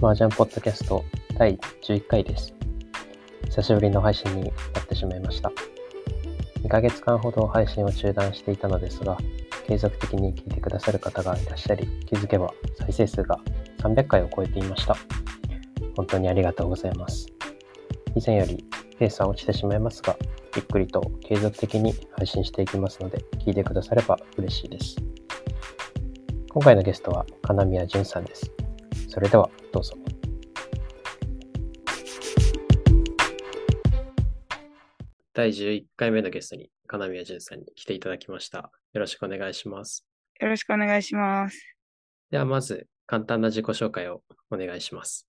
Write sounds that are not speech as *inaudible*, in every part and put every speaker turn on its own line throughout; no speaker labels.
麻雀ポッドキャスト第11回です。久しぶりの配信になってしまいました。2ヶ月間ほど配信を中断していたのですが、継続的に聞いてくださる方がいらっしゃり、気づけば再生数が300回を超えていました。本当にありがとうございます。以前よりペースは落ちてしまいますが、ゆっくりと継続的に配信していきますので、聞いてくだされば嬉しいです。今回のゲストは金宮淳さんです。それではどうぞ。第11回目のゲストに金宮淳さんに来ていただきました。よろしくお願いします。
よろしくお願いします。
ではまず簡単な自己紹介をお願いします。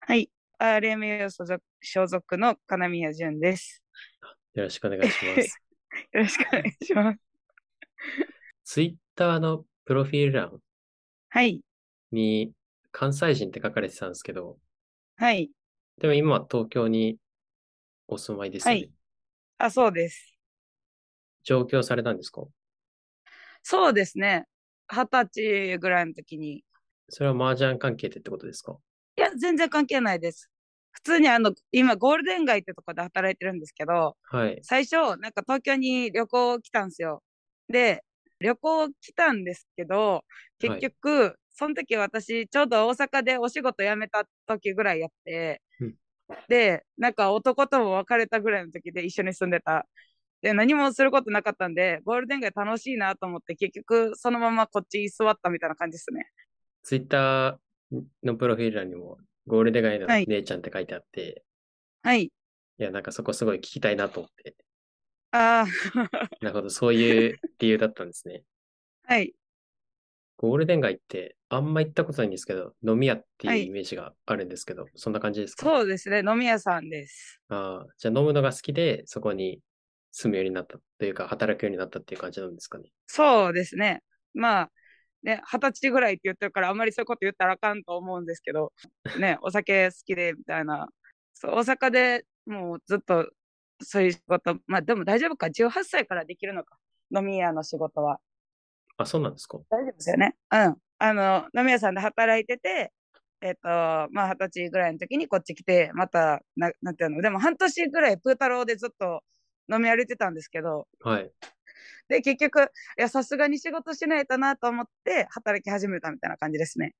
はい。RMU 所属所属の金宮淳です。
よろしくお願いし
*laughs*
ます。
よろしくお願いします。
ツイッターのプロフィール欄
はい。
に関西人って書かれてたんですけど、
はい。
でも今は東京にお住まいですよね。
はいあ、そうです。
上京されたんですか
そうですね。二十歳ぐらいの時に。
それは麻雀関係でってことですか
いや、全然関係ないです。普通にあの、今ゴールデン街ってとこで働いてるんですけど、
はい。
最初、なんか東京に旅行来たんですよ。で、旅行来たんですけど、結局、その時私、ちょうど大阪でお仕事辞めた時ぐらいやって、
うん
で、なんか男とも別れたぐらいの時で一緒に住んでた。で、何もすることなかったんで、ゴールデン街楽しいなと思って、結局、そのままこっちに座ったみたいな感じですね。
ツイッターのプロフィール欄にも、ゴールデン街の
はい
姉ちゃんって書いてあって、
はい。
い、や、なんかそこすごい聞きたいなと思って。
あ
なるほど、そう
*laughs*
いう理由だったんですね。
あ、 *laughs* はい。
ゴールデン街って、あんま行ったことないんですけど、飲み屋っていう
はい
イメージがあるんですけど、そんな感じですか
そうですね。飲み屋さんです。
あーじゃあ飲むのが好きで、そこに住むようになったというか、働くようになったっていう感じなんですかね。
そうですね。まあ、ね、二十歳ぐらいって言ってるから、あんまりそういうこと言ったらあかんと思うんですけ *laughs* ど、ね、お酒好きで、みたいな。そう、大阪でもうずっとそういう仕事、まあでも大丈夫か、18歳からできるのか、飲み屋の仕事は。
あ、そうなんですか
大丈夫ですよね。うん。あの、飲み屋さんで働いてて、えっ、と、まあ、二十歳ぐらいの時にこっち来て、また、ななんていうの、でも半年ぐらいプータローでずっと飲み歩いてたんですけど、
はい。
で、結局、いや、さすがに仕事しないとなと思って、働き始めたみたいな感じですね。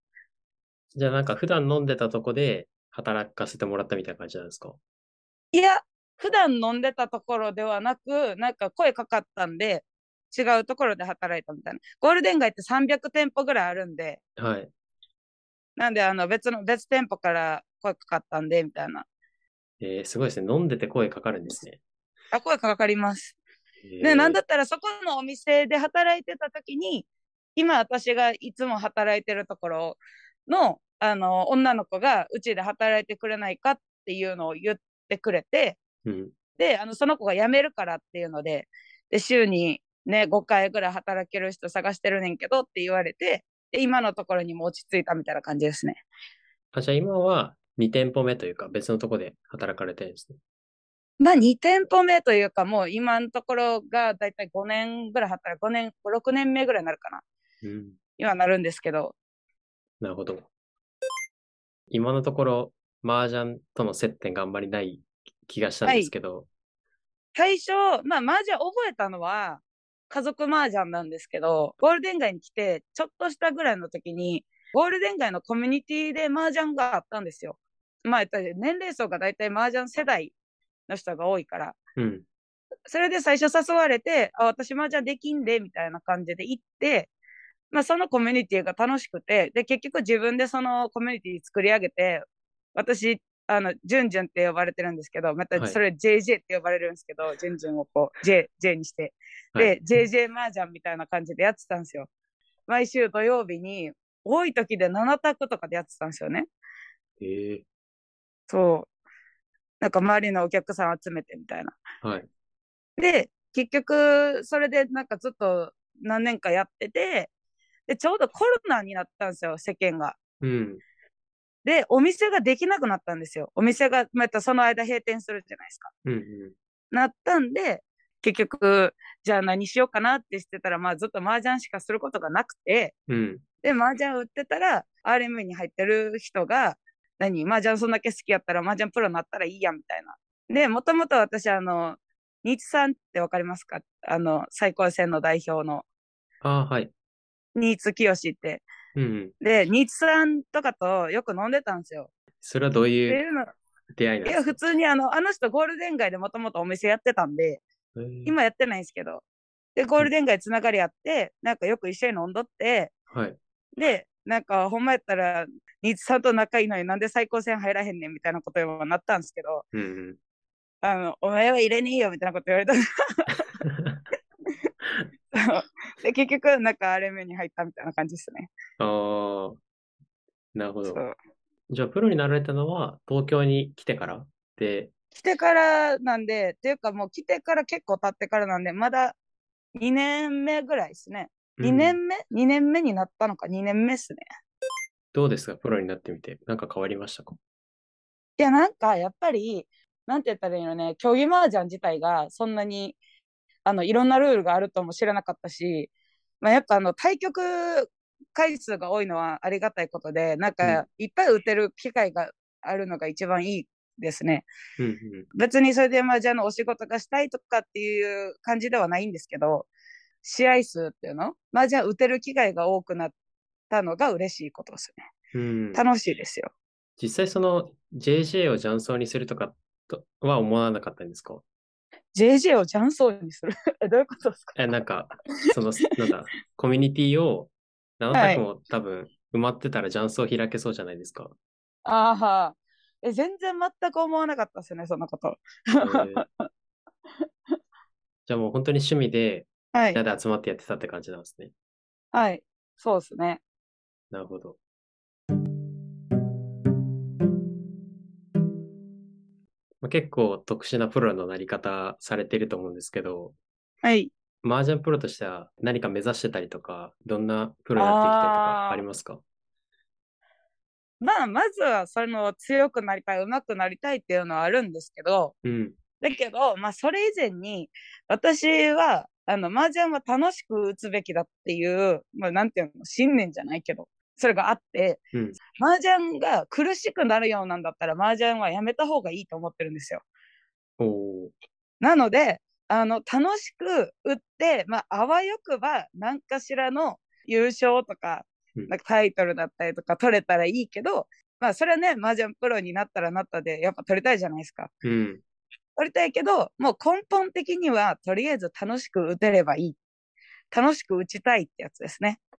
じゃあなんか普段飲んでたとこで働かせてもらったみたいな感じなんですか
いや、普段飲んでたところではなく、なんか声かかったんで、違うところで働いたみたいな。ゴールデン街って300店舗ぐらいあるんで、
はい。
なんで、あの、別の、別店舗から声かかったんで、みたいな。
えー、すごいですね。飲んでて声かかるんですね。
あ、声かかります。
え
ね、
ー
なんだったらそこのお店で働いてた時に、今私がいつも働いてるところの、あの、女の子がうちで働いてくれないかっていうのを言ってくれて、
うん。
で、あの、その子が辞めるからっていうので、で、週にね、5回ぐらい働ける人探してるねんけどって言われて、で、今のところにも落ち着いたみたいな感じですね。
あ、じゃあ今は2店舗目というか別のとこで働かれてるんですね。
まあ、2店舗目というか、もう今のところがだいたい5年ぐらい働く、5年、5、6年目ぐらいになるかな。
うん。
今なるんですけど、
なるほど。今のところ、麻雀との接点があんまりない気がしたんですけど、
最初、まあ、麻雀覚えたのは、家族麻雀なんですけど、ゴールデン街に来て、ちょっとしたぐらいの時に、ゴールデン街のコミュニティで麻雀があったんですよ。まあ、やっぱり年齢層が大体麻雀世代の人が多いから。
うん。
それで最初誘われて、あ、私麻雀できんで、みたいな感じで行って、まあそのコミュニティが楽しくて、で、結局自分でそのコミュニティ作り上げて、私、あの、ジュンジュンって呼ばれてるんですけど、ま
は
た
い
それ JJ って呼ばれるんですけど、ジュンジュンをこう、J、J にして。
は
で
い、、
JJ 麻雀みたいな感じでやってたんですよ。毎週土曜日に、多い時で7択とかでやってたんですよね。
え
そう。なんか周りのお客さん集めてみたいな。
ーはい。
で、結局、それでなんかずっと何年かやってて、で、ちょうどコロナになったんですよ、世間が。
うん。
で、お店ができなくなったんですよ。お店が、またその間閉店するじゃないですか。
うんう
なったんで、結局、じゃあ何しようかなってしてたら、まあずっと麻雀しかすることがなくて、
ん。うん。
で、麻雀売ってたら、RMA に入ってる人が、何麻雀そんだけ好きやったら麻雀プロになったらいいや、みたいな。で、もともと私、あの、ニーチさんってわかりますかあの、最高戦の代表の
ああ、はい。
ニーツ清って。
うんうん。
で、ニーチさんとかとよく飲んでたんですよ。
それはどう
って
いう
いうの、
出会いなん
い
です
や、
か
普通にあの、あの人ゴールデン街でもともとお店やってたんで、
へー
今やってないんですけど。で、ゴールデン街つながりあって、なんかよく一緒に飲んどって、
はい。
で、なんか、ほんまやったら、ニーツさんと仲いいのになんで最高戦入らへんねんみたいなことにもなったんですけど、
うんう
*laughs*
ん。
あの、お前は入れねえよみたいなこと言われたんです *laughs* けどで、結局、なんか RMA に入ったみたいな感じですね。
ああ、なるほ
そ
ど。
う。
じゃあ、プロになられたのは東京に来てからで、
来てからなんで、っていうかもう来てから結構経ってからなんで、まだ2年目ぐらいですね。
うん
2年目、?2 年目になったのか、2年目ですね。
どうですかプロになってみて。なんか変わりましたか
いや、なんか、やっぱり、なんて言ったらいいのね、競技麻雀自体が、そんなに、あの、いろんなルールがあるとも知らなかったし、まあ、やっぱ、あの、対局回数が多いのはありがたいことで、なん
う
か、いっぱい打てる機会があるのが一番いいですね。
うんうん。
別にそれで麻雀のお仕事がしたいとかっていう感じではないんですけど、試合数っていうの麻雀打てる機会が多くなったのが嬉しいことですね。
うん、
楽しいですよ。
実際その JJ を雀荘にするとかとは思わなかったんですか
JJ を雀荘にする。 *laughs* えどういうことですか
え、なんか、その、なんだ、コミュニティを7
は
択
い
も多分埋まってたら雀荘開けそうじゃないです *laughs* か。
あーはーえ、全然全く思わなかったですね、そんなこと。
えーじゃあもう本当に趣味で
*laughs* は
み
い
ん。なで集まってやってたって感じなんですね。
はい。そうですね。
なるほど。まあ、結構特殊なプロのなり方されてると思うんですけど、
はい。
麻雀プロとしては何か目指してたりとか、どんなプロになっていきたいとか
あー
ありますか
まあ、まずは、その、強くなりたい、上手くなりたいっていうのはあるんですけど、
うん。
だけど、まあ、それ以前に、私は、あの、麻雀は楽しく打つべきだっていう、まあ、なんていうの、信念じゃないけど、それがあって、
うん
麻雀が苦しくなるようなんだったら、麻雀はやめた方がいいと思ってるんですよ。
おお
なので、あの、楽しく打って、まあ、あわよくば、何かしらの優勝とか、
うん
なんかタイトルだったりとか取れたらいいけど、まあ、それはね、麻雀プロになったらなったで、やっぱ取りたいじゃないですか。
ー。うん。
取りたいけど、もう根本的には、とりあえず楽しく打てればいい。楽しく打ちたいってやつですね。